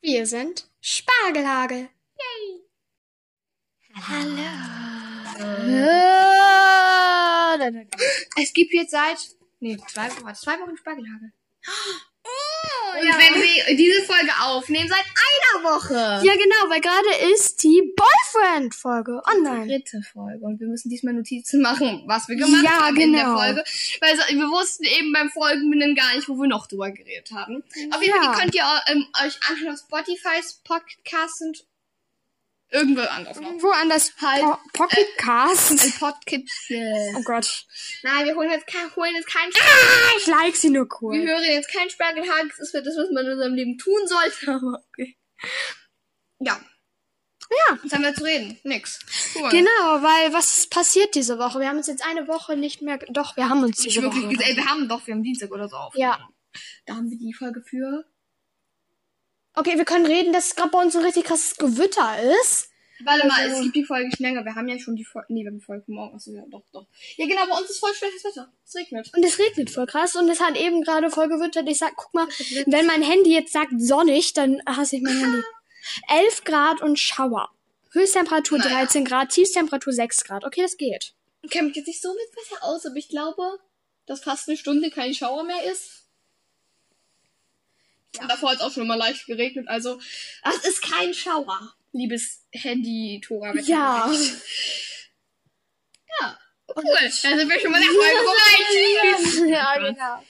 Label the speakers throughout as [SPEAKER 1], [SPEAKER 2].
[SPEAKER 1] Wir sind Spargelhagel. Ah,
[SPEAKER 2] Hallo. Es gibt jetzt seit nee, zwei, warte, zwei Wochen Spargelhagel.
[SPEAKER 1] Oh,
[SPEAKER 2] Und wenn wir diese Folge aufnehmen, seit einer Woche.
[SPEAKER 1] ja, genau, weil gerade ist die Boyfriend-Folge online.
[SPEAKER 2] Dritte Folge. Und wir müssen diesmal Notizen machen, was wir gemacht
[SPEAKER 1] Ja,
[SPEAKER 2] haben in der
[SPEAKER 1] genau.
[SPEAKER 2] Folge. Weil so- wir wussten eben beim Folgenbinden gar nicht, wo wir noch drüber geredet haben. Auf jeden Fall,
[SPEAKER 1] Ja.
[SPEAKER 2] die könnt ihr ähm, euch anhören auf Spotify's Podcast und irgendwo anders noch.
[SPEAKER 1] Irgendwo anders
[SPEAKER 2] Halt.
[SPEAKER 1] Po Pocketcast.
[SPEAKER 2] Ein Podcast.
[SPEAKER 1] Oh Gott.
[SPEAKER 2] Nein, wir holen jetzt, ke- holen jetzt keinen
[SPEAKER 1] Ich like sie nur
[SPEAKER 2] Wir
[SPEAKER 1] cool.
[SPEAKER 2] hören jetzt keinen Spargelhaken, das ist das, was man in seinem Leben tun sollte, aber okay. Ja.
[SPEAKER 1] Ja.
[SPEAKER 2] Was haben wir zu reden? Nix. Guck mal.
[SPEAKER 1] Genau, weil was ist passiert diese Woche? Wir haben uns jetzt eine Woche nicht mehr. Doch, wir haben uns
[SPEAKER 2] Nicht
[SPEAKER 1] diese
[SPEAKER 2] wirklich
[SPEAKER 1] Woche.
[SPEAKER 2] gesehen. Ey, wir haben doch, wir haben Dienstag oder so auf.
[SPEAKER 1] Ja.
[SPEAKER 2] Da haben wir die Folge für.
[SPEAKER 1] Okay, wir können reden, dass es gerade bei uns so ein richtig krasses Gewitter ist.
[SPEAKER 2] Warte mal,
[SPEAKER 1] Also-
[SPEAKER 2] es gibt die Folge schneller. Wir haben ja schon die Folge. Nee, wir haben die Folge für morgen. Achso, ja, doch, doch. Ja, genau, bei uns ist voll schlechtes Wetter. Es regnet.
[SPEAKER 1] Und es regnet voll krass. Und es hat eben gerade voll gewittert. Ich sag, guck mal, wenn mein Handy jetzt sagt sonnig, dann hasse ich mein Handy. 11 Grad und Schauer. Höchsttemperatur
[SPEAKER 2] Naja.
[SPEAKER 1] 13 Grad, Tiefstemperatur 6 Grad. Okay, das geht.
[SPEAKER 2] Ich kenne mich jetzt nicht so mit Wetter aus, aber ich glaube, dass fast eine Stunde kein Schauer mehr ist. Und davor hat es auch schon mal leicht geregnet, also das ist kein Schauer, liebes handy tora
[SPEAKER 1] Ja.
[SPEAKER 2] Ja, cool. Da sind wir schon mal der Folge bereit.
[SPEAKER 1] ja, genau.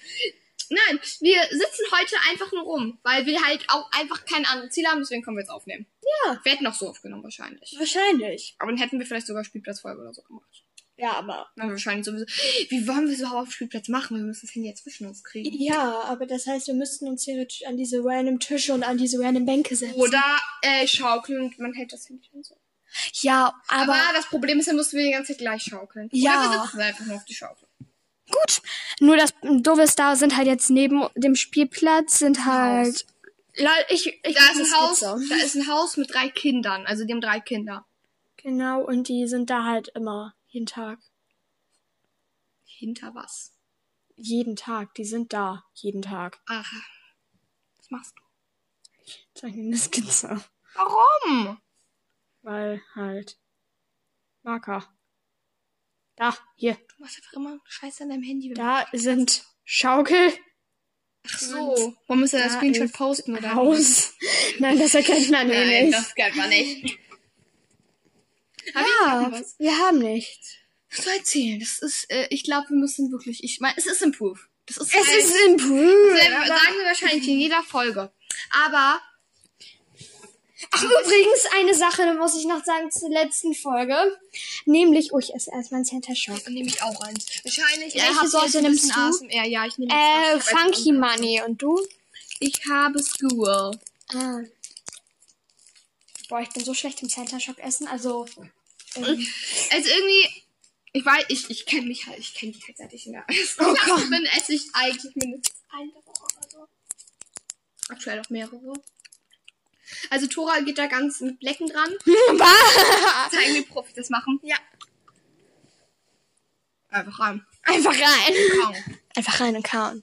[SPEAKER 2] Nein, wir sitzen heute einfach nur rum, weil wir halt auch einfach kein anderes Ziel haben, deswegen können wir jetzt aufnehmen.
[SPEAKER 1] Ja.
[SPEAKER 2] Wir hätten auch so aufgenommen wahrscheinlich.
[SPEAKER 1] Wahrscheinlich.
[SPEAKER 2] Aber dann hätten wir vielleicht sogar Spielplatzfolge oder so gemacht.
[SPEAKER 1] Ja, aber.
[SPEAKER 2] Dann wahrscheinlich sowieso. Wie wollen wir es überhaupt auf dem Spielplatz machen? Wir müssen das Handy jetzt zwischen uns kriegen.
[SPEAKER 1] Ja, aber das heißt, wir müssten uns theoretisch an diese random Tische und an diese random Bänke setzen.
[SPEAKER 2] Oder äh, schaukeln und man hält das Handy dann so.
[SPEAKER 1] Ja,
[SPEAKER 2] Aber,
[SPEAKER 1] aber,
[SPEAKER 2] das Problem ist, dann mussten wir die ganze Zeit gleich schaukeln.
[SPEAKER 1] Ja.
[SPEAKER 2] Oder wir sitzen einfach nur auf die Schaukel.
[SPEAKER 1] gut. Nur das Doofe ist, da sind halt jetzt neben dem Spielplatz sind halt. Lol, ich, ich
[SPEAKER 2] Da ist,
[SPEAKER 1] das
[SPEAKER 2] ein
[SPEAKER 1] geht
[SPEAKER 2] Haus,
[SPEAKER 1] so.
[SPEAKER 2] da ist ein Haus mit drei Kindern. Also die haben drei Kinder.
[SPEAKER 1] Genau, und die sind da halt immer. Jeden Tag.
[SPEAKER 2] Hinter was?
[SPEAKER 1] Jeden Tag. Die sind da. Jeden Tag.
[SPEAKER 2] Ach. Was machst du?
[SPEAKER 1] Zeichnen eine Skizze.
[SPEAKER 2] Warum?
[SPEAKER 1] Weil halt. Marker. Da, hier.
[SPEAKER 2] Du machst einfach immer Scheiße an deinem Handy. wenn-
[SPEAKER 1] Da sind Schaukel,
[SPEAKER 2] Ach so. Warum müssen wir das
[SPEAKER 1] Da
[SPEAKER 2] Screenshot
[SPEAKER 1] ist
[SPEAKER 2] posten oder?
[SPEAKER 1] Haus. Nein, das erkennt man eh
[SPEAKER 2] Nein,
[SPEAKER 1] nicht.
[SPEAKER 2] das kennt man nicht.
[SPEAKER 1] ja, Ah, wir haben nichts.
[SPEAKER 2] Zu erzählen, das ist, äh, ich glaube, wir müssen wirklich, ich meine, es ist Improve. Das
[SPEAKER 1] Es
[SPEAKER 2] ist halt-
[SPEAKER 1] ist improved.
[SPEAKER 2] Selber- sagen wir wahrscheinlich in jeder Folge. Aber
[SPEAKER 1] Ach, übrigens, eine Sache muss ich noch sagen zur letzten Folge. Nämlich, oh, ich esse erstmal ein Center Shock.
[SPEAKER 2] nehme ich auch eins. Wahrscheinlich.
[SPEAKER 1] Welche
[SPEAKER 2] habt ihr
[SPEAKER 1] Sorte
[SPEAKER 2] jetzt ein
[SPEAKER 1] nimmst
[SPEAKER 2] bisschen
[SPEAKER 1] du?
[SPEAKER 2] ASMR. Ja, ich nehme
[SPEAKER 1] Äh,
[SPEAKER 2] jetzt was.
[SPEAKER 1] Funky Money. Und du?
[SPEAKER 2] Ich habe School.
[SPEAKER 1] Ah. Boah, ich bin so schlecht im Center Shock essen. Also, ähm,
[SPEAKER 2] Also irgendwie, ich weiß, ich, ich kenne mich halt, ich kenne die halt seit ich in der oh Gott. bin, esse ich eigentlich mindestens
[SPEAKER 1] ähm,
[SPEAKER 2] eine Woche oder so. Aktuell auch mehrere. Also Tora geht da ganz mit Blecken dran. Zeigen wie Profis das machen.
[SPEAKER 1] Ja.
[SPEAKER 2] Einfach rein.
[SPEAKER 1] einfach rein.
[SPEAKER 2] Kaum.
[SPEAKER 1] Einfach rein und kauen.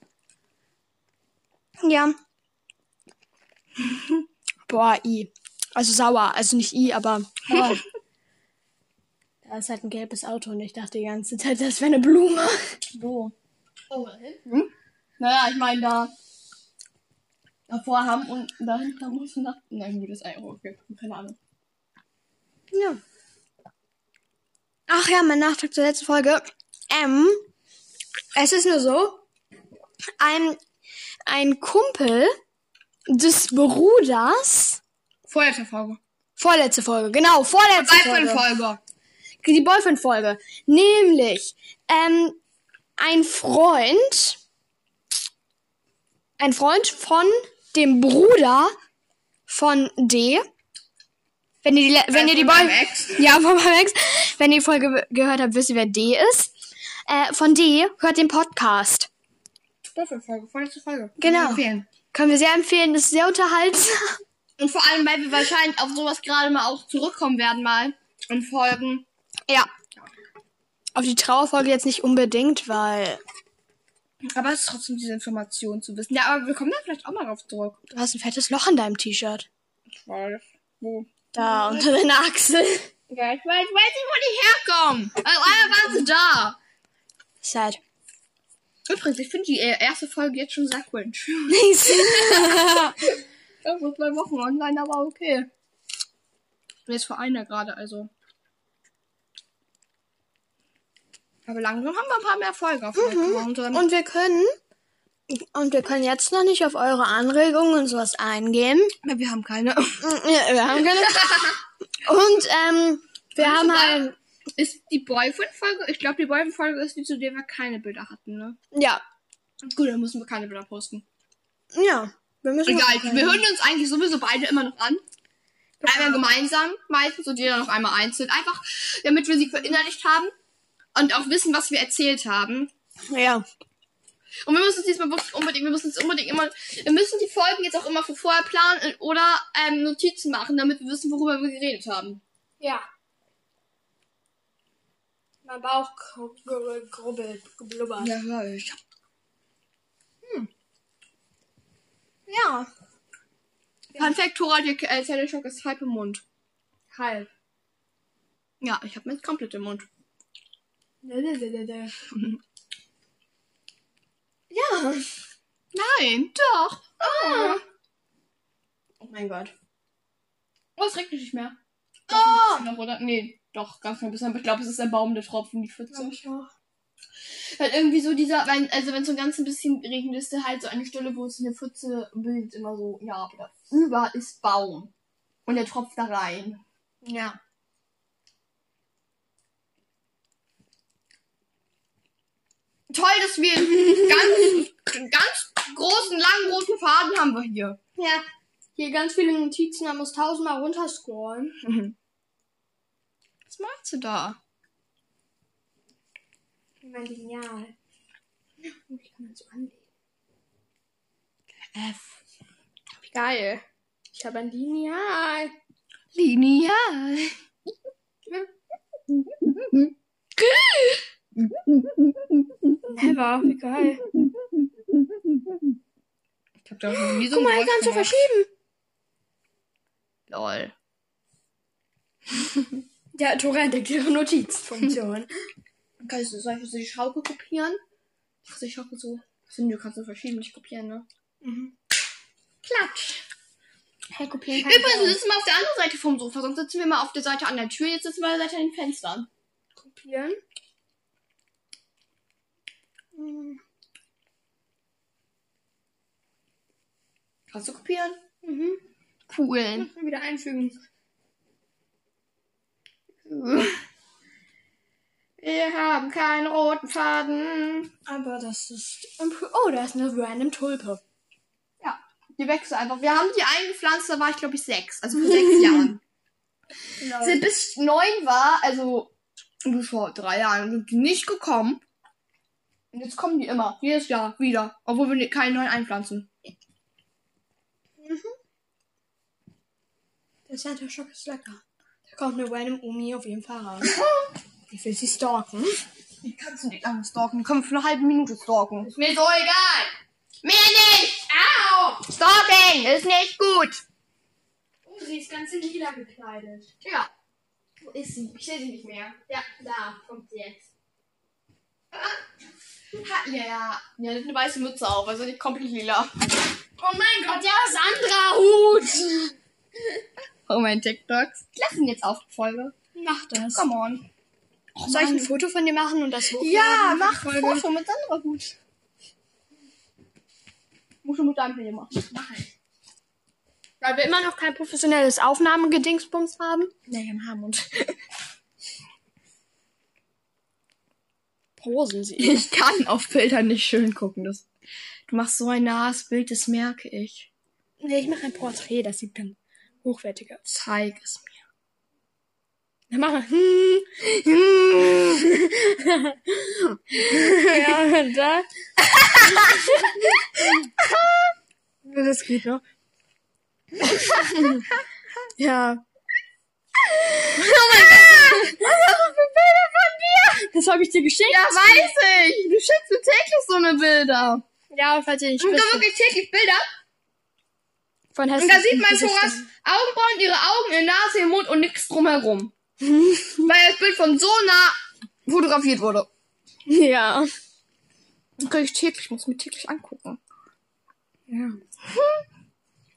[SPEAKER 1] Ja. Boah, I. Also sauer. Also nicht I, aber. aber da ist halt ein gelbes Auto und ich dachte die ganze Zeit, das wäre eine Blume.
[SPEAKER 2] So. Oh, da hinten? Naja, ich meine da. Davor haben und dahinter muss und nach. Nein, gut, das ist ein oh, okay. Keine Ahnung.
[SPEAKER 1] Ja. Ach ja, mein Nachtrag zur letzten Folge. Ähm, es ist nur so, ein, ein Kumpel des Bruders.
[SPEAKER 2] Vorletzte Folge.
[SPEAKER 1] Vorletzte Folge, genau, vorletzte Folge.
[SPEAKER 2] Folge.
[SPEAKER 1] die Boyfriend-Folge. Nämlich, ähm, ein Freund, ein Freund von dem Bruder von D. Wenn ihr die, le- wenn ihr die Boy ja, von meinem Ex. Wenn ihr die Folge be- gehört habt, wisst ihr, wer D ist. Äh, von D hört den Podcast.
[SPEAKER 2] Boyfriend-Folge, vorletzte Folge.
[SPEAKER 1] Genau.
[SPEAKER 2] Kann ich empfehlen.
[SPEAKER 1] Können wir sehr empfehlen, ist sehr unterhaltsam.
[SPEAKER 2] Und vor allem, weil wir wahrscheinlich auf sowas gerade mal auch zurückkommen werden, mal. Und Folgen.
[SPEAKER 1] Ja. Auf die Trauerfolge jetzt nicht unbedingt, weil
[SPEAKER 2] Aber es ist trotzdem diese Information zu wissen. Ja, aber wir kommen da vielleicht auch mal drauf zurück.
[SPEAKER 1] du hast ein fettes Loch in deinem T-Shirt.
[SPEAKER 2] Ich weiß. Wo?
[SPEAKER 1] Da unter deiner Achsel.
[SPEAKER 2] Ja, ich weiß, ich weiß nicht, wo die herkommen. Also einmal waren sie da.
[SPEAKER 1] Sad.
[SPEAKER 2] Übrigens, ich finde die äh, erste Folge jetzt schon sehr cringe. Ja, vor zwei Wochen online, aber okay. Jetzt vor einer gerade, also. Aber langsam haben wir ein paar mehr Folgen auf mhm. und dann
[SPEAKER 1] Und wir können. Und wir können jetzt noch nicht auf eure Anregungen und sowas eingehen.
[SPEAKER 2] Na, wir haben keine.
[SPEAKER 1] Ja, wir haben keine. Und ähm, wir
[SPEAKER 2] Und
[SPEAKER 1] haben
[SPEAKER 2] sogar-
[SPEAKER 1] halt.
[SPEAKER 2] Ist die Boyfriend-Folge? Ich glaube, die Boyfriend-Folge ist die, zu der wir keine Bilder hatten, ne?
[SPEAKER 1] Ja.
[SPEAKER 2] Gut, dann müssen wir keine Bilder posten.
[SPEAKER 1] Ja. Wir müssen.
[SPEAKER 2] Egal, wir hören uns eigentlich sowieso beide immer noch an. Einmal gemeinsam, meistens und jeder noch einmal einzeln. Einfach, damit wir sie verinnerlicht haben und auch wissen, was wir erzählt haben.
[SPEAKER 1] Ja.
[SPEAKER 2] Und wir müssen es diesmal wirklich unbedingt, wir müssen es unbedingt immer, wir müssen die Folgen jetzt auch immer für vorher planen äh, oder ähm, Notizen machen, damit wir wissen, worüber wir geredet haben.
[SPEAKER 1] Ja. Mein Bauch grubbelt, geblubbert.
[SPEAKER 2] Ja, ich hab Hm.
[SPEAKER 1] Ja.
[SPEAKER 2] Fun Fact, Tora, der äh, Zelda Shock ist halb im Mund.
[SPEAKER 1] Halb.
[SPEAKER 2] Ja, ich hab mir jetzt komplett im Mund.
[SPEAKER 1] Ja.
[SPEAKER 2] Nein, doch. Ah.
[SPEAKER 1] Oh mein Gott.
[SPEAKER 2] Oh, es regnet nicht mehr. Oh. Noch, oder? Nee, doch, ganz klein bisschen. Aber ich glaube, es ist ein Baum, der Tropfen, die Pfütze. Weil irgendwie so dieser, wenn, also wenn so ein ganz ein bisschen regnet, ist da halt so eine Stelle, wo es eine Pfütze bildet, immer so, ja, aber da über ist Baum. Und der tropft da rein.
[SPEAKER 1] Ja.
[SPEAKER 2] Toll, dass wir einen ganz, ganz großen, langen, roten Faden haben wir hier.
[SPEAKER 1] Ja. Hier ganz viele Notizen, man muss tausendmal runterscrollen.
[SPEAKER 2] Was machst du da?
[SPEAKER 1] Mein Lineal. Ich kann man so anlegen.
[SPEAKER 2] F.
[SPEAKER 1] Geil. Ich habe ein Lineal.
[SPEAKER 2] Lineal.
[SPEAKER 1] Never. Wie geil.
[SPEAKER 2] Ich hab da auch schon
[SPEAKER 1] Guck mal, ich kann so verschieben.
[SPEAKER 2] Lol.
[SPEAKER 1] Ja, Tora entdeckt ihre Notizfunktion.
[SPEAKER 2] Kannst du, soll ich so die Schaukel kopieren? Ach, die Schaukel so. Achso, nee, du kannst du verschieben, nicht kopieren, ne?
[SPEAKER 1] mhm.
[SPEAKER 2] Klatsch.
[SPEAKER 1] Hey, kopieren kann
[SPEAKER 2] Übrigens, wir
[SPEAKER 1] ich
[SPEAKER 2] sitzen mal auf der anderen Seite vom Sofa. Sonst sitzen wir mal auf der Seite an der Tür, jetzt sitzen wir an der Seite an den Fenstern.
[SPEAKER 1] auch. kopieren. Hm.
[SPEAKER 2] Kannst du kopieren?
[SPEAKER 1] Mhm.
[SPEAKER 2] Cool.
[SPEAKER 1] Wieder einfügen.
[SPEAKER 2] Wir haben keinen roten Faden.
[SPEAKER 1] Aber das ist. Oh, da ist eine random Tulpe.
[SPEAKER 2] Ja, die wächst einfach. Wir haben die eingepflanzt, da war ich glaube ich sechs, also vor sechs Jahren.
[SPEAKER 1] Genau.
[SPEAKER 2] Als sie bis neun war, also bis vor drei Jahren, sind die nicht gekommen. Und jetzt kommen die immer, jedes Jahr wieder, obwohl wir keinen neuen einpflanzen.
[SPEAKER 1] Der Santa Shock ist lecker. Da kommt eine random Omi auf ihrem Fahrrad. Ich will sie stalken.
[SPEAKER 2] Ich kann sie nicht lange stalken. Die können für eine halbe Minute stalken. Ist mir so egal. Mir nicht. Au. Stalking ist nicht gut.
[SPEAKER 1] Oh, sie ist ganz in lila gekleidet.
[SPEAKER 2] Ja. Wo ist sie? Ich sehe sie nicht mehr.
[SPEAKER 1] Ja, da kommt sie jetzt.
[SPEAKER 2] Ha, ja, ja. Ja, die hat eine weiße Mütze auf, also nicht komplett lila.
[SPEAKER 1] Oh mein Gott, ja, Sandra Hut!
[SPEAKER 2] Oh, mein TikToks. Ich lasse ihn jetzt auf die Folge.
[SPEAKER 1] Mach das.
[SPEAKER 2] Come on.
[SPEAKER 1] Soll ich ein Foto von dir machen und das hochladen?
[SPEAKER 2] Ja, mach ein Foto mit Sandra gut. Musst du mit deinem Handy machen.
[SPEAKER 1] Weil wir immer noch kein professionelles Aufnahmegedingsbums haben.
[SPEAKER 2] Naja, im Haarmund.
[SPEAKER 1] Posen sie.
[SPEAKER 2] Ich kann auf Bildern nicht schön gucken. Das, du machst so ein nahes Bild, das merke ich.
[SPEAKER 1] Nee, ich mache ein Porträt, das sieht dann hochwertiger aus.
[SPEAKER 2] Zeig es mir.
[SPEAKER 1] Dann mach mal. Hm, hm. ja, und da. das ne? geht noch. ja.
[SPEAKER 2] Oh
[SPEAKER 1] Das habe ich dir geschickt.
[SPEAKER 2] Ja, weiß ich. Du schickst mir täglich so eine Bilder.
[SPEAKER 1] Ja, falls ihr nicht
[SPEAKER 2] Sind da
[SPEAKER 1] wisst.
[SPEAKER 2] wirklich täglich Bilder?
[SPEAKER 1] Von
[SPEAKER 2] Und da
[SPEAKER 1] hässlichen
[SPEAKER 2] sieht man
[SPEAKER 1] Gesichtern.
[SPEAKER 2] Soras Augenbrauen, ihre Augen, ihre Nase, ihr Mund und nichts drumherum. Weil das Bild von so nah fotografiert wurde.
[SPEAKER 1] Ja.
[SPEAKER 2] Das krieg ich täglich, muss mir täglich angucken.
[SPEAKER 1] ja.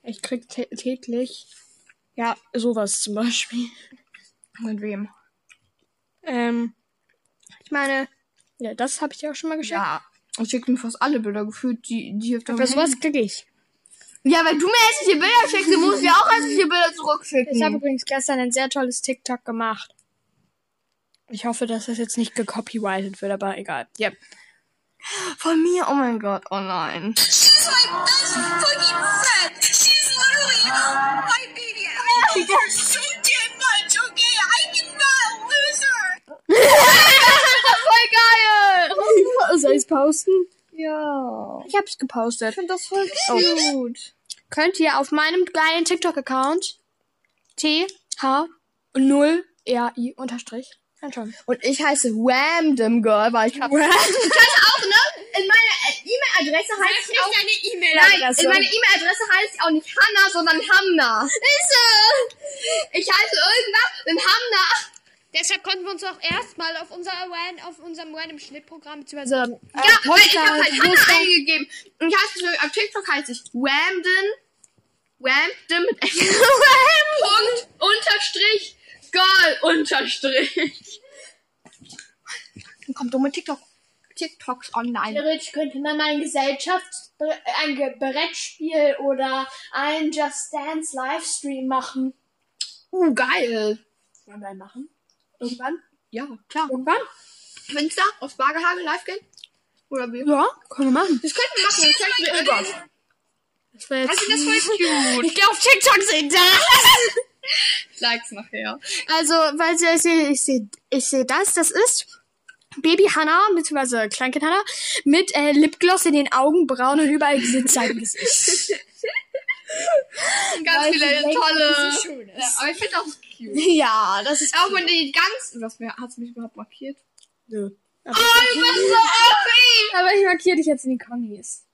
[SPEAKER 1] Ich krieg tä- täglich. Ja, sowas zum Beispiel.
[SPEAKER 2] Mit wem?
[SPEAKER 1] Ähm, ich meine, ja, das habe ich dir auch schon mal geschickt.
[SPEAKER 2] Ja. Ich schickt mir fast alle Bilder gefühlt, die, die ich auf
[SPEAKER 1] Aber
[SPEAKER 2] der
[SPEAKER 1] sowas krieg ich.
[SPEAKER 2] Ja, wenn du mir hässliche Bilder schickst, dann muss ich dir auch hässliche Bilder zurückschicken.
[SPEAKER 1] Ich habe übrigens gestern ein sehr tolles TikTok gemacht. Ich hoffe, dass das jetzt nicht gecopyrighted wird, aber egal. Yep.
[SPEAKER 2] von mir, oh mein Gott, oh nein.
[SPEAKER 3] She's my best fucking friend. She's literally my baby. I love her so damn much, okay? I cannot lose her.
[SPEAKER 2] Voll geil!
[SPEAKER 1] Soll ich posten?
[SPEAKER 2] Ja.
[SPEAKER 1] Ich hab's gepostet.
[SPEAKER 2] Ich finde das voll cute.
[SPEAKER 1] Könnt ihr auf meinem geilen TikTok-Account th0ri unterstrich anschauen.
[SPEAKER 2] Und ich heiße Random Girl, weil ich habe auch, ne? In meiner äh, E-Mail-Adresse heißt ich auch... Nein, in meiner E-Mail-Adresse heißt ich auch nicht Hanna, sondern Hamna. Ich heiße irgendwas in Hamna.
[SPEAKER 4] Deshalb konnten wir uns auch erstmal auf, unser Ran- auf unserem random Schnittprogramm bzw.
[SPEAKER 1] Also, äh,
[SPEAKER 2] Ja, weil ich habe halt
[SPEAKER 1] Podcast,
[SPEAKER 2] Hanna eingegeben. Und ich heiße, auf TikTok heiße ich Ramden. Ramden mit F. Punkt, Unterstrich, Girl, Unterstrich. Dann kommt dumme TikTok. TikToks online.
[SPEAKER 4] Theoretisch könnte man ein Gesellschafts-,
[SPEAKER 1] äh,
[SPEAKER 4] ein Ge- Brettspiel oder ein Just Dance Livestream machen.
[SPEAKER 2] Uh, geil.
[SPEAKER 4] Wollen wir einen machen?
[SPEAKER 2] Irgendwann? Ja, klar.
[SPEAKER 4] Irgendwann?
[SPEAKER 2] Fenster aufs Bargehage live gehen? Oder wie?
[SPEAKER 1] Ja, können wir machen.
[SPEAKER 2] Das könnten wir machen. Das könnten wir irgendwas.
[SPEAKER 1] Das war jetzt-
[SPEAKER 2] Also das ist voll cute.
[SPEAKER 1] ich glaube, TikTok sind da.
[SPEAKER 2] Ich likes nachher.
[SPEAKER 1] Also, weil sie- ich sehe, ich sehe, ich sehe das, das ist Baby Hannah, beziehungsweise Kleinkind Hannah, mit äh, Lipgloss in den Augenbrauen und überall Glitzer im Gesicht.
[SPEAKER 2] Ganz
[SPEAKER 1] Weil sie
[SPEAKER 2] viele
[SPEAKER 1] denken,
[SPEAKER 2] tolle.
[SPEAKER 1] dass sie schön ist.
[SPEAKER 2] Ja, aber ich finde das cute.
[SPEAKER 1] ja, das ist
[SPEAKER 2] Auch wenn die ganz. Was hat's mich überhaupt markiert?
[SPEAKER 1] Nö.
[SPEAKER 2] Oh, du bist so happy!
[SPEAKER 1] Aber ich markiere dich jetzt in die Kommis.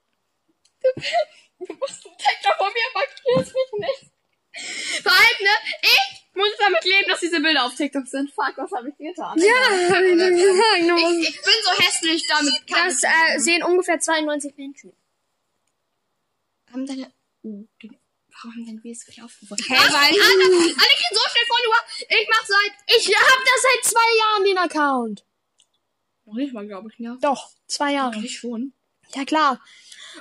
[SPEAKER 2] Du musst einen Text vor mir markierst mich nicht. Vor allem, ne? Ich muss damit leben, dass diese Bilder auf TikTok sind. Fuck, was habe ich getan?
[SPEAKER 1] Ja, hab ich dir gesagt. Du musst-
[SPEAKER 2] Ich, ich bin so hässlich damit. kann
[SPEAKER 1] Das
[SPEAKER 2] ich nicht.
[SPEAKER 1] äh, sehen ungefähr 92 Menschen.
[SPEAKER 2] haben deine. Oh, die- warum haben deine Wheels gleich aufgeworfen? Hey, weil. Alle gehen so schnell vor, du. Ich mach seit.
[SPEAKER 1] Ich hab das seit zwei Jahren, den Account.
[SPEAKER 2] Noch nicht mal, glaube ich, ne?
[SPEAKER 1] Doch, zwei Jahre.
[SPEAKER 2] Eigentlich schon.
[SPEAKER 1] Ja, klar.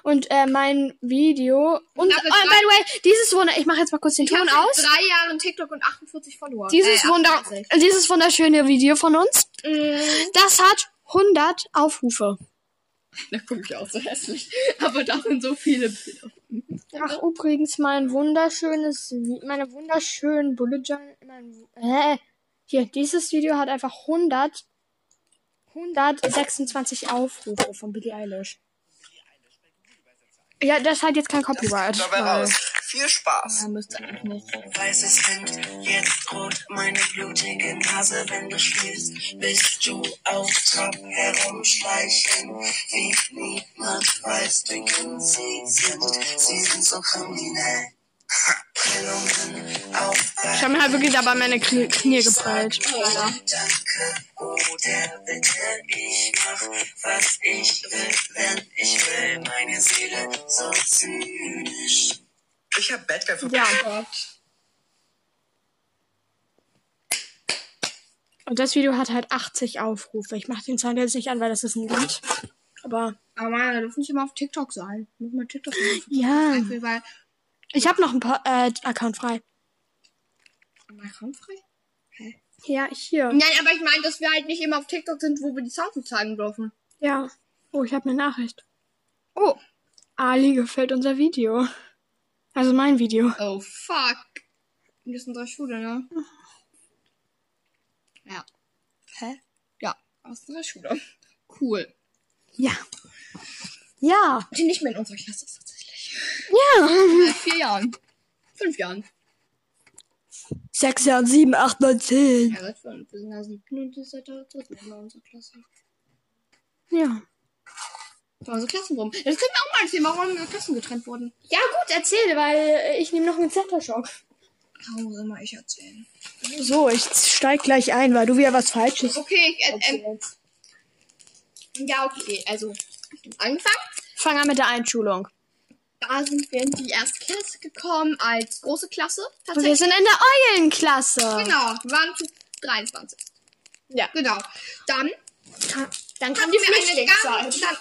[SPEAKER 1] Und äh, mein Video. Und oh, by
[SPEAKER 2] hab
[SPEAKER 1] the
[SPEAKER 2] jetzt grad-
[SPEAKER 1] way, dieses Wunder. Ich mache jetzt mal kurz den Ton
[SPEAKER 2] Ich hab
[SPEAKER 1] aus.
[SPEAKER 2] seit Drei Jahre TikTok und 48 Follower.
[SPEAKER 1] Dieses,
[SPEAKER 2] Äh,
[SPEAKER 1] Wunder,
[SPEAKER 2] 48.
[SPEAKER 1] dieses wunderschöne Video von uns.
[SPEAKER 2] Mm,
[SPEAKER 1] Das hat 100 Aufrufe.
[SPEAKER 2] da guck ich auch so hässlich. Aber da sind so viele Bilder.
[SPEAKER 1] Ach, übrigens, mein wunderschönes, Vi- meine wunderschönen Bullet Journal, mein, hä? Hier, dieses Video hat einfach 100, 126 Aufrufe von Billie Eilish. Ja, das hat jetzt kein Copyright.
[SPEAKER 5] dabei
[SPEAKER 1] weil-
[SPEAKER 5] raus. Viel Spaß.
[SPEAKER 2] müsste eigentlich nicht.
[SPEAKER 3] Weißes Hemd, jetzt rot, meine blutige Nase, wenn du schläfst, bist du auf Trab herumschleichen, wie niemand weiß, denken sie sind, sie sind so kriminell. Ha, Prellungen auf
[SPEAKER 1] Ich habe mir halt wirklich dabei meine Knie, Knie geprellt.
[SPEAKER 2] Oh,
[SPEAKER 3] Danke, oder bitte, ich mach, was ich will, wenn ich will, meine Seele so zynisch.
[SPEAKER 5] Ich hab Batgirl verpasst.
[SPEAKER 1] Ja.
[SPEAKER 2] Gott.
[SPEAKER 1] Und das Video hat halt 80 Aufrufe. Ich mache den Sound jetzt nicht an, weil das ist ein Lied. Aber
[SPEAKER 2] Aber man darf nicht immer auf TikTok sein. Muss man TikTok machen.
[SPEAKER 1] ja.
[SPEAKER 2] Weil.
[SPEAKER 1] Ich habe noch einen po äh, Account frei.
[SPEAKER 2] Mein Raum frei?
[SPEAKER 1] Ja, hier.
[SPEAKER 2] Nein, aber ich meine, dass wir halt nicht immer auf TikTok sind, wo wir die Sounds zeigen dürfen.
[SPEAKER 1] Ja. Oh, ich habe eine Nachricht.
[SPEAKER 2] Oh.
[SPEAKER 1] Ali gefällt unser Video. Also mein Video.
[SPEAKER 2] Oh fuck. Wir sind drei Schule, ne? Ja. Hä? Ja, aus unserer Schule. Cool.
[SPEAKER 1] Ja. Ja.
[SPEAKER 2] Die nicht mehr in unserer Klasse ist tatsächlich.
[SPEAKER 1] Ja.
[SPEAKER 2] Seit vier Jahren. Fünf Jahren.
[SPEAKER 1] 6, 7, 7, 8, 9, 10.
[SPEAKER 2] Ja, seit fünf. Wir sind also siebten und seit der dritten in unserer Klasse.
[SPEAKER 1] Ja.
[SPEAKER 2] Von unseren Klassenproben. Das können wir auch mal erzählen, warum unsere Klassen getrennt wurden.
[SPEAKER 1] Ja, gut, erzähle, weil äh, ich nehme noch einen Zetterschock.
[SPEAKER 2] Warum soll mal ich erzählen?
[SPEAKER 6] So, ich steig gleich ein, weil du wieder was Falsches.
[SPEAKER 2] Okay, ich, äh, ähm, ja, okay, also, angefangen.
[SPEAKER 1] Fang an mit der Einschulung.
[SPEAKER 2] Da sind wir in die erste Klasse gekommen, als große Klasse.
[SPEAKER 1] Und wir sind in der Eulenklasse.
[SPEAKER 2] Genau, wir waren zu 23.
[SPEAKER 1] Ja.
[SPEAKER 2] Genau. Dann
[SPEAKER 1] Dann
[SPEAKER 2] hatten
[SPEAKER 1] kam die
[SPEAKER 2] wir eine ganz...
[SPEAKER 1] Flüchtlingszeit.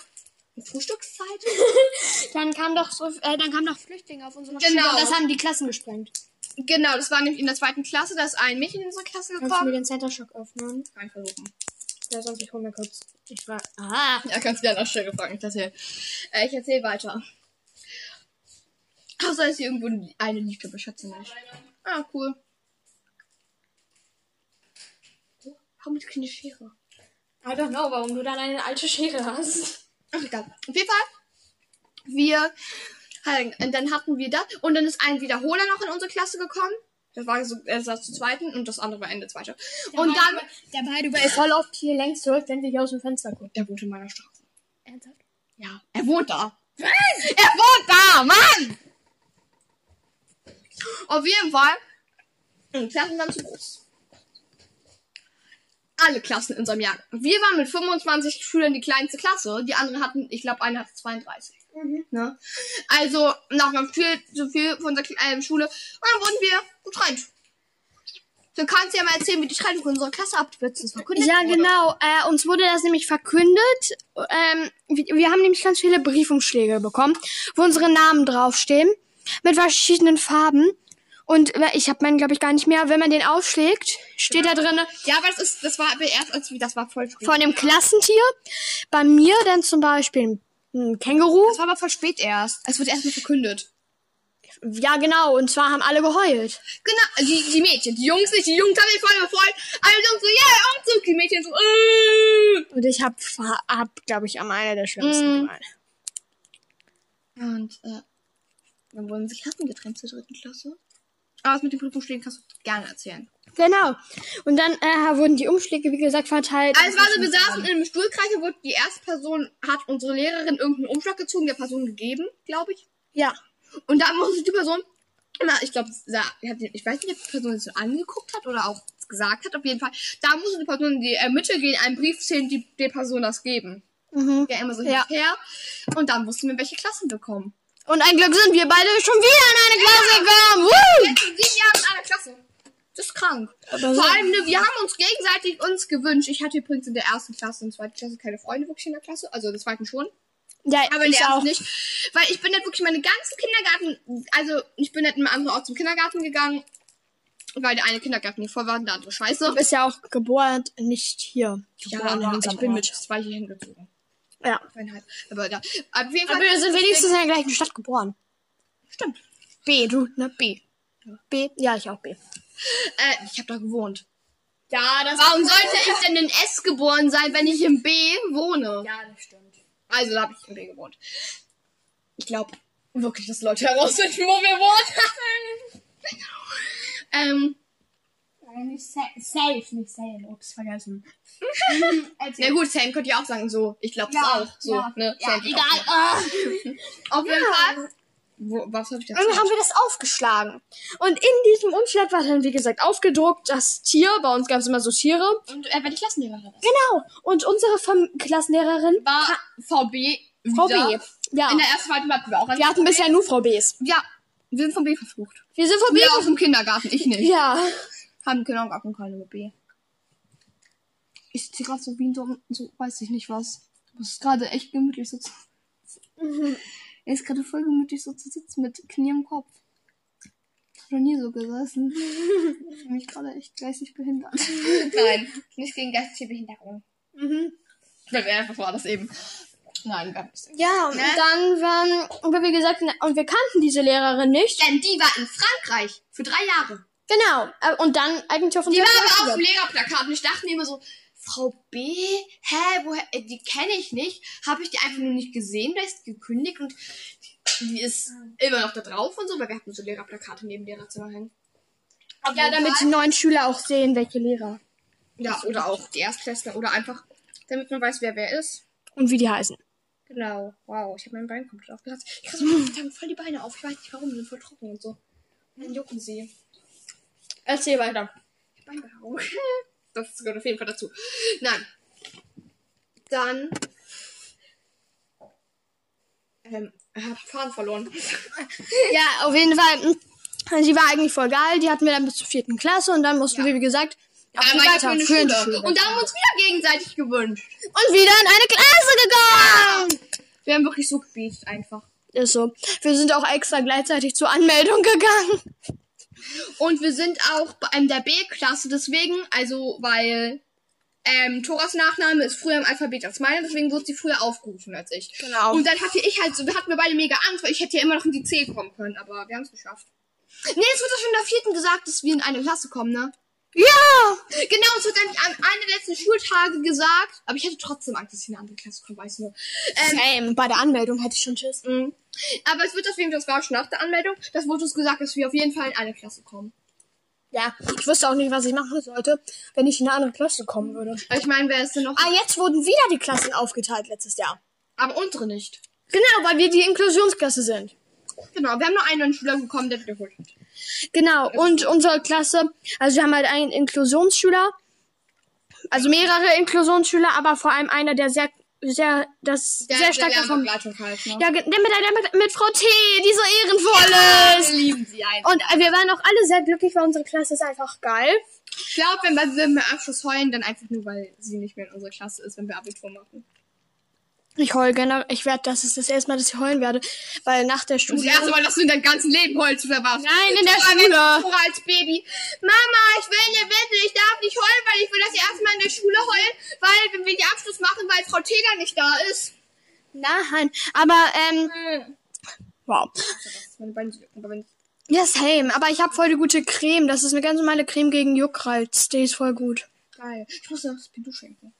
[SPEAKER 2] Dann, Frühstückszeit?
[SPEAKER 1] Dann kam doch so, äh, dann kam doch Flüchtlinge auf unsere
[SPEAKER 2] Genau.
[SPEAKER 1] Schule und das haben die Klassen gesprengt.
[SPEAKER 2] Genau, das war nämlich in der zweiten Klasse. Da ist ein Mädchen in unsere Klasse
[SPEAKER 1] Kannst du mir
[SPEAKER 2] gekommen.
[SPEAKER 1] den Centershock öffnen?
[SPEAKER 2] Rein versuchen.
[SPEAKER 1] Ja, sonst ich hol mir kurz. Ich war. Ah!
[SPEAKER 2] Ja, kannst wieder nach Stelle fragen. Ich erzähle äh, ich erzähl weiter. Außer dass hier irgendwo eine liegt, aber ich schätze nicht. Ah, cool. Warum mit keine Schere?
[SPEAKER 1] I don't know, warum du dann eine alte Schere hast.
[SPEAKER 2] Ach, egal. Auf jeden Fall. Wir. halt, Und dann hatten wir das. Und dann ist ein Wiederholer noch in unsere Klasse gekommen. Das war so, er saß zu zweiten und das andere war Ende zweiter. Und dann.
[SPEAKER 1] Der by the way voll oft hier längst zurück, wenn wir hier aus dem Fenster gucken.
[SPEAKER 2] Er wohnt in meiner Straße.
[SPEAKER 1] Ernsthaft?
[SPEAKER 2] Ja. Er wohnt da. Was? Er wohnt da, Mann! Auf jeden Fall. Die Klassen waren zu groß. Alle Klassen in unserem Jahr. Wir waren mit 25 Schülern die kleinste Klasse. Die anderen hatten, ich glaube, eine hatte 32. Ne? Also, nach einem viel zu viel von unserer Kle- äh, Schule. Und dann wurden wir getrennt. Du kannst ja mal erzählen, wie die Trennung unserer Klasse abgewürzt ist.
[SPEAKER 1] Ja, genau. Äh, uns wurde das nämlich verkündet. Ähm, wir, wir haben nämlich ganz viele Briefumschläge bekommen, wo unsere Namen draufstehen, mit verschiedenen Farben. Und äh, ich habe meinen, glaube ich, gar nicht mehr. Wenn man den aufschlägt, steht da drinne
[SPEAKER 2] Ja, aber das ist, das war aber erst, als wir, das war voll spät.
[SPEAKER 1] von dem Klassentier. Bei mir dann zum Beispiel ein Känguru.
[SPEAKER 2] Das war aber voll spät erst. Es wurde erstmal verkündet.
[SPEAKER 1] Ja, genau. Und zwar haben alle geheult.
[SPEAKER 2] Genau, die, die Mädchen, die Jungs nicht, die Jungs haben sich voll gefreut. Alle Jungs so, yeah, Umzug, die Mädchen so, äh.
[SPEAKER 1] Und ich habe, hab, glaube ich, am einer der schlimmsten. Mal.
[SPEAKER 2] Und, äh, dann wurden sich Klassen getrennt zur dritten Klasse. Aber das mit dem Prüfungsstehen kannst du gerne erzählen.
[SPEAKER 1] Genau. Und dann äh, wurden die Umschläge, wie gesagt, verteilt.
[SPEAKER 2] Also, also wir saßen in einem Stuhlkreis, da wurde die erste Person, hat unsere Lehrerin irgendeinen Umschlag gezogen, der Person gegeben, glaube ich.
[SPEAKER 1] Ja.
[SPEAKER 2] Und da musste die Person, na, ich glaube, ich weiß nicht, ob die Person es so angeguckt hat oder auch gesagt hat, auf jeden Fall. Da musste die Person in die äh, Mitte gehen, einen Brief zählen, die der Person das geben.
[SPEAKER 1] Mhm.
[SPEAKER 2] Ja, immer so
[SPEAKER 1] Ja.
[SPEAKER 2] her. Und dann wussten wir, welche Klassen wir kommen.
[SPEAKER 1] Und ein Glück sind wir beide schon wieder in eine Klasse gekommen. Woo!
[SPEAKER 2] Jetzt sind sieben Jahre in einer Klasse. Das ist krank. Vor allem, ne, wir haben uns gegenseitig uns gewünscht. Ich hatte übrigens in der ersten Klasse und zweiten Klasse keine Freunde wirklich in der Klasse. Also in der zweiten schon.
[SPEAKER 1] Ja,
[SPEAKER 2] Aber in
[SPEAKER 1] ich
[SPEAKER 2] der ersten
[SPEAKER 1] auch.
[SPEAKER 2] nicht. Weil ich bin halt wirklich meine ganzen Kindergarten, also ich bin halt in einem anderen Ort zum Kindergarten gegangen. Weil der eine Kindergarten hier voll war und der andere scheiße.
[SPEAKER 1] Ist ja auch geboren, nicht hier.
[SPEAKER 2] Ja,
[SPEAKER 1] Geboren in
[SPEAKER 2] aber ich
[SPEAKER 1] unserem
[SPEAKER 2] bin
[SPEAKER 1] Ort.
[SPEAKER 2] mit zwei hier hingezogen.
[SPEAKER 1] Ja.
[SPEAKER 2] Zweieinhalb. Aber da. Auf jeden Fall.
[SPEAKER 1] Aber wir sind wenigstens in der gleichen Stadt geboren.
[SPEAKER 2] Stimmt.
[SPEAKER 1] B, du, ne? B. B? Ja, ich auch B.
[SPEAKER 2] Äh, ich habe da gewohnt.
[SPEAKER 1] Ja, das
[SPEAKER 2] Warum sollte ich denn in S geboren sein, wenn ich im B wohne?
[SPEAKER 4] Ja, das stimmt.
[SPEAKER 2] Also da habe ich im B gewohnt. Ich glaube wirklich, dass Leute herausfinden, wo wir wohnen. ähm,
[SPEAKER 4] Eigentlich sa safe, nicht safe. Ups, vergessen.
[SPEAKER 2] na gut, Sam könnt ihr auch sagen, so. Ich glaube das
[SPEAKER 4] Ja,
[SPEAKER 2] auch. So,
[SPEAKER 4] ja.
[SPEAKER 2] ne?
[SPEAKER 4] Ja,
[SPEAKER 2] Sam,
[SPEAKER 4] egal. Ah.
[SPEAKER 2] Auf jeden Fall. Wo, was habe ich da
[SPEAKER 1] Dann haben
[SPEAKER 2] gesagt?
[SPEAKER 1] wir das aufgeschlagen. Und in diesem Umschlag war dann, wie gesagt, aufgedruckt das Tier. Bei uns gab es immer so Tiere.
[SPEAKER 2] Und äh, wer die Klassenlehrerin ist?
[SPEAKER 1] Genau. Und unsere Fam Klassenlehrerin,
[SPEAKER 2] War VB.
[SPEAKER 1] Frau
[SPEAKER 2] wieder.
[SPEAKER 1] B. Ja.
[SPEAKER 2] In der ersten Weiten hatten wir auch
[SPEAKER 1] Wir hatten bisher nur Frau Bs.
[SPEAKER 2] Ja, wir sind von B verflucht.
[SPEAKER 1] Wir sind Frau B.
[SPEAKER 2] Wir aus dem Kindergarten, ich nicht.
[SPEAKER 1] Ja.
[SPEAKER 2] Haben genau Kindergarten keine B. Ich sitze gerade so wie ein Dom, so weiß ich nicht was. Aber es ist gerade echt gemütlich so zu Er ist gerade voll gemütlich so zu sitzen mit Knie im Kopf. Hab noch nie so gesessen. ich fühle mich gerade echt geistig behindert. Nein, nicht gegen geistige Behinderung. Mhm. Einfach war das eben. Nein, gar nicht.
[SPEAKER 1] Ja, und dann waren, wir, wie gesagt, in- und wir kannten diese Lehrerin nicht.
[SPEAKER 2] Denn die war in Frankreich für drei Jahre.
[SPEAKER 1] Genau. Äh, Und dann eigentlich auf
[SPEAKER 2] Die
[SPEAKER 1] unserer
[SPEAKER 2] war aber
[SPEAKER 1] Klasse.
[SPEAKER 2] auf dem Lehrerplakat und ich dachte mir immer so, Frau B, hä, woher, äh, die kenne ich nicht. Habe ich die einfach nur nicht gesehen, da ist die gekündigt und die- die ist immer noch da drauf und so, weil wir hatten so Lehrerplakate neben dem Lehrerzimmer hängen.
[SPEAKER 1] Ja, damit die neuen Schüler auch sehen, welche Lehrer.
[SPEAKER 2] Ja, oder auch die Erstklässler oder einfach, damit man weiß, wer wer ist.
[SPEAKER 1] Und wie die heißen.
[SPEAKER 2] Genau. Wow, ich habe mein Bein komplett aufgelassen. Ich krass, ich habe voll die Beine auf. Ich weiß nicht warum, die sind voll trocken und so.
[SPEAKER 4] Dann jucken sie. Erzähl weiter.
[SPEAKER 2] Beinbehaarung. Das gehört auf jeden Fall dazu. Nein. Dann. Ähm, hab Faden verloren.
[SPEAKER 1] Ja, auf jeden Fall. mh, Die war eigentlich voll geil. Die hatten wir dann bis zur vierten Klasse und dann mussten wir, wie gesagt, auf die
[SPEAKER 2] Aber ich
[SPEAKER 1] weiter
[SPEAKER 2] bin in
[SPEAKER 1] für die
[SPEAKER 2] Schule.
[SPEAKER 1] Schule.
[SPEAKER 2] Und da haben wir uns wieder gegenseitig gewünscht.
[SPEAKER 1] Und wieder in eine Klasse gegangen.
[SPEAKER 2] Wir haben wirklich so gebetet einfach.
[SPEAKER 1] Ist so. Wir sind auch extra gleichzeitig zur Anmeldung gegangen.
[SPEAKER 2] Und wir sind auch bei einem der B-Klasse, deswegen, also weil ähm, Thoras Nachname ist früher im Alphabet als meiner, deswegen wurde sie früher aufgerufen als ich.
[SPEAKER 1] Genau.
[SPEAKER 2] Und dann hatte ich halt so, wir hatten wir beide mega Angst, weil ich hätte ja immer noch in die C kommen können, aber wir haben es geschafft. Nee, es wird doch schon in der vierten gesagt, dass wir in eine Klasse kommen, ne?
[SPEAKER 1] Ja!
[SPEAKER 2] Genau, es wird eigentlich an einem der letzten Schultage gesagt, aber ich hatte trotzdem Angst, dass ich in eine andere Klasse komme, weiß nur.
[SPEAKER 1] Same. Ähm, Bei der Anmeldung hätte ich schon Schiss.
[SPEAKER 2] Mhm. Aber es wird auf jeden Fall, das war schon nach der Anmeldung, das wurde uns gesagt, dass wir auf jeden Fall in eine Klasse kommen.
[SPEAKER 1] Ja, ich wusste auch nicht, was ich machen sollte, wenn ich in eine andere Klasse kommen würde.
[SPEAKER 2] Aber Ich meine, wer ist denn noch?
[SPEAKER 1] Ah, jetzt wurden wieder die Klassen aufgeteilt letztes Jahr.
[SPEAKER 2] Aber unsere nicht.
[SPEAKER 1] Genau, weil wir die Inklusionsklasse sind.
[SPEAKER 2] Genau, wir haben nur einen neuen Schüler bekommen, der wiederholt hat.
[SPEAKER 1] Genau, und unsere Klasse, also wir haben halt einen Inklusionsschüler, also mehrere Inklusionsschüler, aber vor allem einer, der sehr, sehr, das sehr stark davon.
[SPEAKER 2] Leitung halt, ne?
[SPEAKER 1] Ja, ge- der mit, der mit, mit Frau T, die so ehrenvoll ist.
[SPEAKER 2] Wir lieben sie ein.
[SPEAKER 1] Und äh, wir waren auch alle sehr glücklich, weil unsere Klasse ist einfach geil.
[SPEAKER 2] Ich glaube, wenn wir, wenn wir am Schluss heulen, dann einfach nur, weil sie nicht mehr in unserer Klasse ist, wenn wir Abitur machen.
[SPEAKER 1] Ich heule generell, ich werde, das ist das erste Mal, dass ich heulen werde, weil nach der
[SPEAKER 2] Das
[SPEAKER 1] Schule.
[SPEAKER 2] erste Mal, dass du in deinem ganzen Leben heulst, oder was?
[SPEAKER 1] Nein, in der
[SPEAKER 2] Tora,
[SPEAKER 1] Schule.
[SPEAKER 2] wenn- Tora als Baby. Mama, ich will eine Wette, ich darf nicht heulen, weil ich will das erste Mal in der Schule heulen, weil wenn wir den Abschluss machen, weil Frau Teger nicht da ist.
[SPEAKER 1] Nein, aber ähm, wow.
[SPEAKER 2] Meine Beine sind aber wenn
[SPEAKER 1] Ja, same. Aber ich habe voll die gute Creme. Das ist eine ganz normale Creme gegen Juckreiz. Die ist voll gut.
[SPEAKER 2] geil. Ich muss noch das Pidu schenken.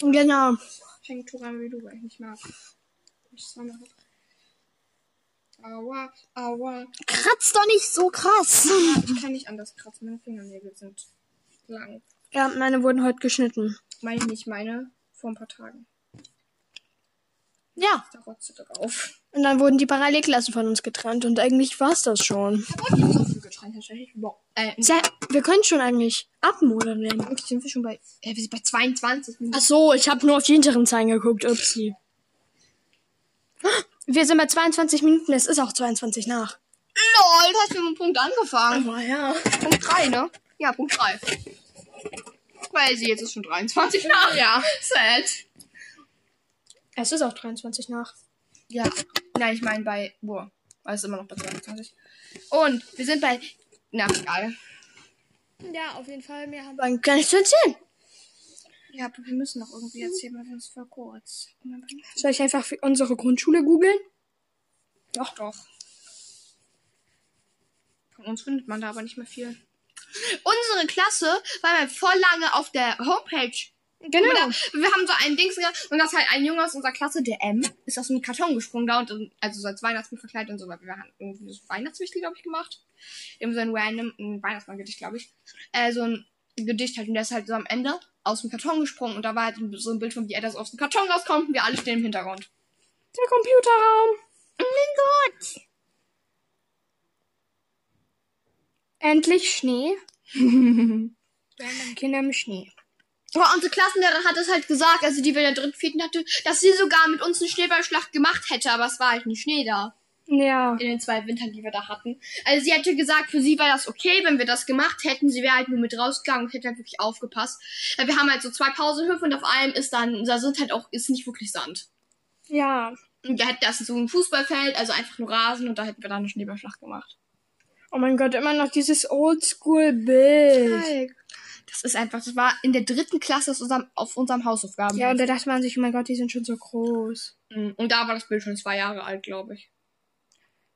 [SPEAKER 1] Genau.
[SPEAKER 2] Schenke Tora ein Pidu, weil ich nicht mag. Ich sammle. Aua, aua.
[SPEAKER 1] Kratzt doch nicht so krass.
[SPEAKER 2] Ich kann nicht anders kratzen, meine Fingernägel sind lang.
[SPEAKER 1] Ja, meine wurden heute geschnitten.
[SPEAKER 2] Meine ich nicht, meine vor ein paar Tagen.
[SPEAKER 1] Ja.
[SPEAKER 2] Da rotzt er drauf.
[SPEAKER 1] Und dann wurden die Parallelklassen von uns getrennt. Und eigentlich war's das schon.
[SPEAKER 2] Da wurde nicht so viel getrennt, tatsächlich. Wow. Äh,
[SPEAKER 1] Sehr, wir können schon eigentlich abmoderieren.
[SPEAKER 2] okay, sind wir schon bei, äh, wir sind bei 22 Minuten.
[SPEAKER 1] Ach so, ich habe nur auf die hinteren Zeilen geguckt. Upsi. Wir sind bei 22 Minuten. Es ist auch 22 nach.
[SPEAKER 2] Lol, du hast mit einem Punkt angefangen.
[SPEAKER 6] Aber ja.
[SPEAKER 2] Punkt 3, ne? Ja, Punkt 3. Crazy, jetzt ist schon 23 nach. Ja. Sad.
[SPEAKER 1] Es ist auch 23 nach.
[SPEAKER 2] Ja. Nein, ich meine bei, boah, war es immer noch bei 22. Und wir sind bei, na, egal.
[SPEAKER 1] Ja, auf jeden Fall. Wir haben ein kleines Zündchen.
[SPEAKER 2] Ja, aber wir müssen noch irgendwie erzählen, weil wir uns voll kurz.
[SPEAKER 1] Soll ich einfach für unsere Grundschule googeln?
[SPEAKER 2] Doch, doch. Von uns findet man da aber nicht mehr viel. Unsere Klasse war mal voll lange auf der Homepage.
[SPEAKER 1] Genau.
[SPEAKER 2] Oder wir haben so ein Dings gemacht und das halt ein Junge aus unserer Klasse, der M, ist aus dem Karton gesprungen da und dann- also so als Weihnachtsmann verkleidet und so, weil wir haben irgendwie so Weihnachtswichtel, glaube ich, gemacht. Eben so ein random ein Weihnachtsmann-Gedicht, glaube ich. Äh, so ein Gedicht halt und der ist halt so am Ende aus dem Karton gesprungen und da war halt so ein Bild von, wie er das aus dem Karton rauskommt und wir alle stehen im Hintergrund.
[SPEAKER 1] Der Computerraum.
[SPEAKER 2] Oh mein Gott!
[SPEAKER 1] Endlich Schnee. Random Kinder im Schnee.
[SPEAKER 2] Aber unsere Klassenlehrerin hat es halt gesagt, also die wir in der dritten, vierten hatte, dass sie sogar mit uns eine Schneeballschlacht gemacht hätte, aber es war halt nie Schnee da.
[SPEAKER 1] Ja.
[SPEAKER 2] In den zwei Wintern, die wir da hatten. Also sie hätte gesagt, für sie war das okay, wenn wir das gemacht hätten. Sie wäre halt nur mit rausgegangen und hätte halt wirklich aufgepasst. Weil wir haben halt so zwei Pausenhöfe und auf einem ist dann, da sind halt auch, ist nicht wirklich Sand.
[SPEAKER 1] Ja.
[SPEAKER 2] Und wir hätten das so ein Fußballfeld, also einfach nur Rasen und da hätten wir dann eine Schneeballschlacht gemacht.
[SPEAKER 1] Oh mein Gott, immer noch dieses Oldschool-Bild.
[SPEAKER 2] Das ist einfach, das war in der dritten Klasse aus unserem, auf unserem Hausaufgaben. Mhm.
[SPEAKER 1] Ja, und da dachte man sich, oh mein Gott, die sind schon so groß.
[SPEAKER 2] und da war das Bild schon zwei Jahre alt, glaube ich.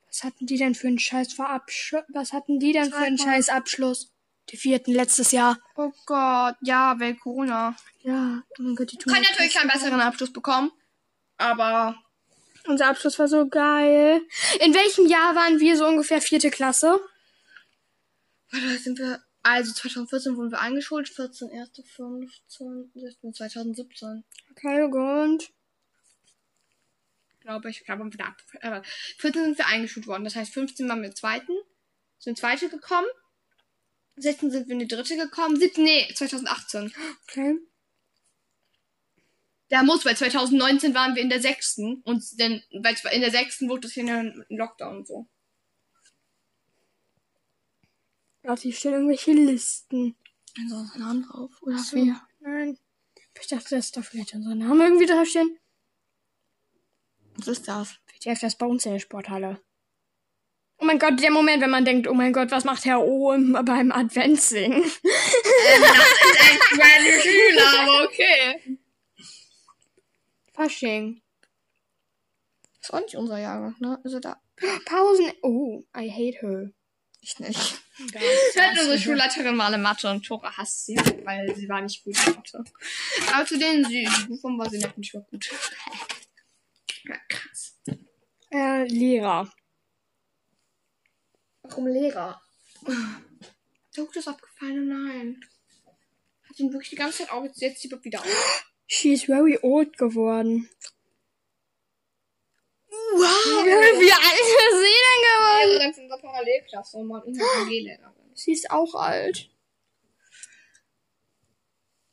[SPEAKER 1] Was hatten die denn für einen scheiß Verabschluss? Was hatten die denn für einen scheiß Abschluss? Die vierten letztes Jahr.
[SPEAKER 2] Oh Gott, ja, wegen Corona.
[SPEAKER 1] Ja, oh mein Gott, die tun
[SPEAKER 2] Kann
[SPEAKER 1] mir
[SPEAKER 2] natürlich keinen besseren Abschluss bekommen. Aber
[SPEAKER 1] leid. Unser Abschluss war so geil. In welchem Jahr waren wir so ungefähr vierte Klasse?
[SPEAKER 2] warte, sind wir. Also 2014 wurden wir eingeschult, 14, 1., 15, 16, 2017.
[SPEAKER 1] Kein Grund.
[SPEAKER 2] glaube ich. Ich glaube, wir ab. Aber 14 sind wir eingeschult worden. Das heißt, 15 waren wir zweiten. Sind zweite gekommen. 16 sind wir in die dritte gekommen. 17, nee, 2018.
[SPEAKER 1] Okay.
[SPEAKER 2] Da muss, weil 2019 waren wir in der sechsten. Und denn, weil es war- in der sechsten wurde es hier ein Lockdown und so.
[SPEAKER 1] Warte, hier stehen irgendwelche Listen.
[SPEAKER 7] Also unseren Namen drauf. Oder
[SPEAKER 1] Ach so.
[SPEAKER 7] wir.
[SPEAKER 1] Nein. Ich dachte, das ist doch vielleicht unser Name irgendwie da stehen.
[SPEAKER 7] Was ist das?
[SPEAKER 1] WTF, das ist bei uns in der Sporthalle. Oh mein Gott, der Moment, wenn man denkt, oh mein Gott, was macht Herr O im, beim Adventsingen?
[SPEAKER 2] Meine Schüler, aber Genau, okay.
[SPEAKER 1] Fasching.
[SPEAKER 7] Ist auch nicht unser Jahrgang, ne? Also da.
[SPEAKER 1] Pausen. Oh, I hate her.
[SPEAKER 7] Ich nicht.
[SPEAKER 2] Hört unsere Schulleiterin mal in Mathe und Tora hasst sie, weil sie war nicht gut in Mathe. Aber zu den Buchformen war sie noch nicht mal gut. Ja, krass.
[SPEAKER 1] Äh, Lehrer.
[SPEAKER 2] Warum Lehrer? Hat das abgefallen? oh Nein. Hat ihn wirklich die ganze Zeit auf, jetzt setzt sie wieder auf.
[SPEAKER 1] She is very old geworden.
[SPEAKER 7] Wie alt ist sie denn geworden?
[SPEAKER 2] Also ganz in der Parallelklasse und mal unsere AG-Lehrerin.
[SPEAKER 7] Sie ist auch alt.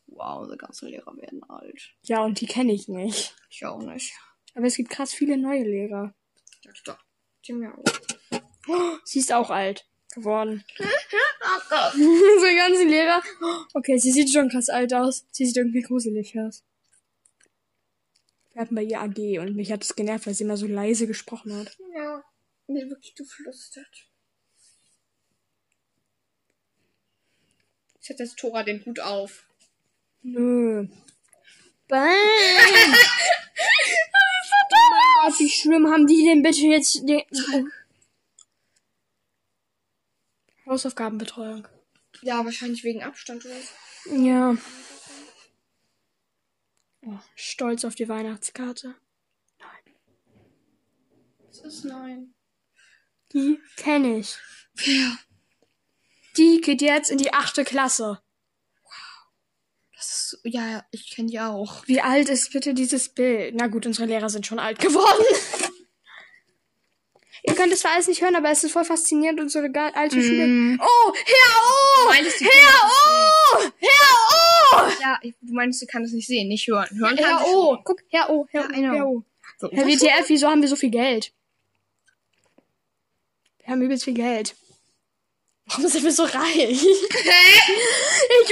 [SPEAKER 7] Wow, unsere ganzen Lehrer werden alt.
[SPEAKER 1] Ja, und die kenne ich nicht.
[SPEAKER 7] Ich auch nicht.
[SPEAKER 1] Aber es gibt krass viele neue Lehrer.
[SPEAKER 2] Ja, stopp. Die mir auch.
[SPEAKER 1] Sie ist auch alt geworden.
[SPEAKER 2] Oh Gott.
[SPEAKER 1] Unsere ganzen Lehrer. Okay, sie sieht schon krass alt aus. Sie sieht irgendwie gruselig aus. Wir hatten bei ihr AG und mich hat es genervt, weil sie immer so leise gesprochen hat.
[SPEAKER 2] Ja. Mir wirklich geflüstert. Setzt das Tora den Hut auf.
[SPEAKER 1] Nö. Bang! Oh mein Gott, wie schlimm haben die denn bitte jetzt den. Oh. Hausaufgabenbetreuung.
[SPEAKER 2] Ja, wahrscheinlich wegen Abstand oder so.
[SPEAKER 1] Ja. Oh, stolz auf die Weihnachtskarte.
[SPEAKER 2] Das ist nein.
[SPEAKER 1] Die kenne ich. Wer? Die geht jetzt in die achte Klasse.
[SPEAKER 7] Das ist so, ja, ja, ich kenne die auch.
[SPEAKER 1] Wie alt ist bitte dieses Bild? Na gut, unsere Lehrer sind schon alt geworden. Ihr könnt es zwar alles nicht hören, aber es ist voll faszinierend, unsere ga- alte Schule. Oh, Herr O!
[SPEAKER 2] Meinst du,
[SPEAKER 1] Herr O! Herr O!
[SPEAKER 2] Ja, ich- du meinst, du kannst es nicht sehen, nicht hören. Hören kann
[SPEAKER 1] Herr
[SPEAKER 2] sie
[SPEAKER 1] O! oh, Guck, Herr O, Herr
[SPEAKER 2] Ja, I know.
[SPEAKER 1] O, Herr O.
[SPEAKER 2] schon.
[SPEAKER 1] oh. Herr WTF, wieso haben wir so viel Geld? Wir haben übelst viel Geld. Warum sind wir so reich? ich wusste nicht,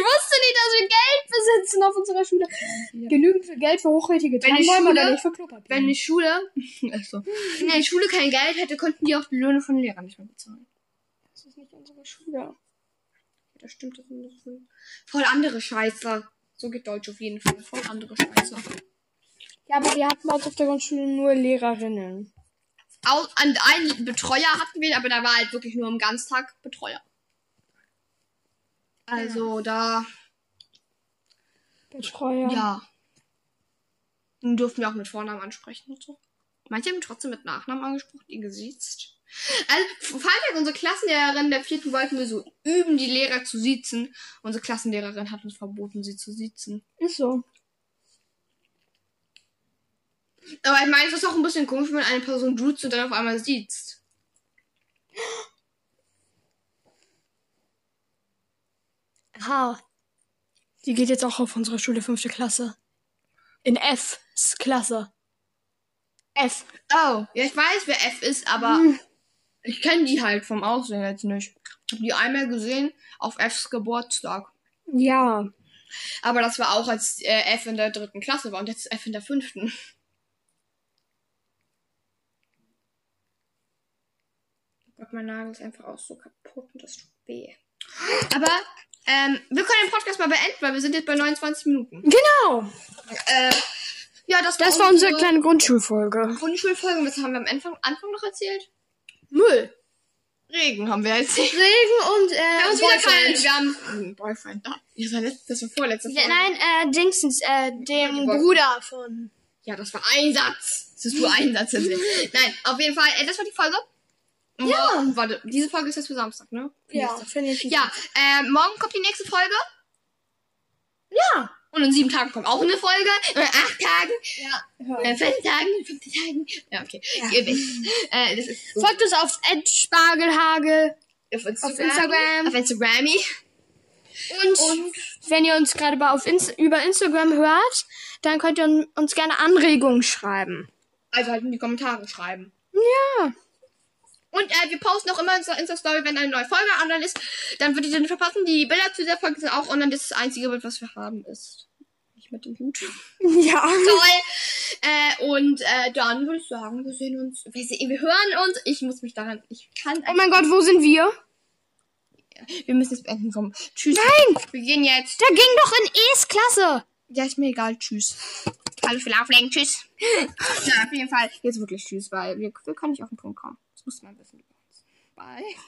[SPEAKER 1] dass wir Geld besitzen auf unserer Schule. Genügend für Geld für hochwertige
[SPEAKER 2] Wenn die
[SPEAKER 1] Teilnehmer,
[SPEAKER 2] Schule-
[SPEAKER 1] aber nicht für Klopapier.
[SPEAKER 2] Wenn die Schule, also, wenn die Schule kein Geld hätte, könnten die auch die Löhne von Lehrern nicht mehr bezahlen.
[SPEAKER 1] das ist nicht unsere Schule.
[SPEAKER 2] Das stimmt, das sind das sind voll andere Scheiße. So geht Deutsch auf jeden Fall. Voll andere Scheiße.
[SPEAKER 1] Ja, aber wir hatten bei uns auf der Grundschule nur Lehrerinnen.
[SPEAKER 2] Au- An einen Betreuer hatten wir, aber da war halt wirklich nur am Ganztag Betreuer. Also da,
[SPEAKER 1] Betreuer.
[SPEAKER 2] ja. Nun durften wir auch mit Vornamen ansprechen und so. Manche haben trotzdem mit Nachnamen angesprochen, die gesiezt. Also, vor allem unsere Klassenlehrerin der vierten wollten wir so üben, die Lehrer zu siezen. Unsere Klassenlehrerin hat uns verboten, sie zu siezen.
[SPEAKER 1] Ist so.
[SPEAKER 2] Aber ich meine, es ist auch ein bisschen komisch, wenn man eine Person duzt und dann auf einmal siezt.
[SPEAKER 1] Ha. Die geht jetzt auch auf unsere Schule, fünfte Klasse. In Fs Klasse. F.
[SPEAKER 2] Oh, Hm. ja, ich weiß, wer F ist, aber ich kenne die halt vom Aussehen jetzt nicht. Ich habe die einmal gesehen auf Fs Geburtstag.
[SPEAKER 1] Ja.
[SPEAKER 2] Aber das war auch, als äh, F in der dritten Klasse war und jetzt ist F in der fünften. Oh Gott, mein Nagel ist einfach auch so kaputt und das tut weh. Aber ähm, wir können den Podcast mal beenden, weil wir sind jetzt bei 29 Minuten.
[SPEAKER 1] Genau.
[SPEAKER 2] Äh, ja, das war,
[SPEAKER 1] Das war unsere kleine Grundschulfolge.
[SPEAKER 2] Grundschulfolge. Was haben wir am Anfang, Anfang noch erzählt?
[SPEAKER 1] Müll.
[SPEAKER 2] Regen haben wir erzählt.
[SPEAKER 7] Regen und, äh,
[SPEAKER 2] Wir haben uns wieder keinen.
[SPEAKER 7] Boyfriend.
[SPEAKER 2] Wir haben einen Boyfriend da. Das war, letzte, das war vorletzte Folge.
[SPEAKER 7] Nein, äh, Dingsens, äh, dem
[SPEAKER 2] Boyfriend.
[SPEAKER 7] Bruder von.
[SPEAKER 2] Ja, das war ein Satz. Das ist nur ein Satz. jetzt. Nein, auf jeden Fall. Äh, das war die Folge. Ja. Warte, diese Folge ist jetzt für Samstag, ne?
[SPEAKER 7] Ja, finde ich.
[SPEAKER 2] Ja, äh, morgen kommt die nächste Folge. Ja. Und in sieben Tagen kommt auch eine Folge. In acht Tagen.
[SPEAKER 8] Ja.
[SPEAKER 2] In 14 Tagen. In 15 Tagen. Ja, okay. Ihr wisst. Äh, das ist
[SPEAKER 1] Folgt uns auf Spagelhage
[SPEAKER 2] auf Instagram.
[SPEAKER 1] auf Instagram.
[SPEAKER 2] Auf Instagrammy.
[SPEAKER 1] Und, wenn ihr uns gerade bei- auf Inst über Instagram hört, dann könnt ihr un- uns gerne Anregungen schreiben.
[SPEAKER 2] Also halt in die Kommentare schreiben.
[SPEAKER 1] Ja.
[SPEAKER 2] Und äh, wir posten auch immer in unserer Insta-Story, wenn eine neue Folge online ist. Dann würdet ihr nicht verpassen. Die Bilder zu dieser Folge sind auch online. Das ist das einzige Bild, was wir haben, ist nicht mit dem Hut.
[SPEAKER 1] Ja.
[SPEAKER 2] Toll. Äh, und äh, dann würde ich sagen, wir sehen uns. Wir, se- wir hören uns. Ich muss mich daran. Ich kann.
[SPEAKER 1] Oh mein Gott, wo sind wir?
[SPEAKER 2] wir müssen jetzt beenden kommen. Tschüss. Nein. Wir gehen jetzt.
[SPEAKER 1] Da ging doch in E's Klasse.
[SPEAKER 2] Ja, ist mir egal. Tschüss. Hallo, viel auflegen. Tschüss. ja, auf jeden Fall. Jetzt wirklich Tschüss, weil wir, wir können nicht auf den Punkt kommen. Das muss man wissen. Bye.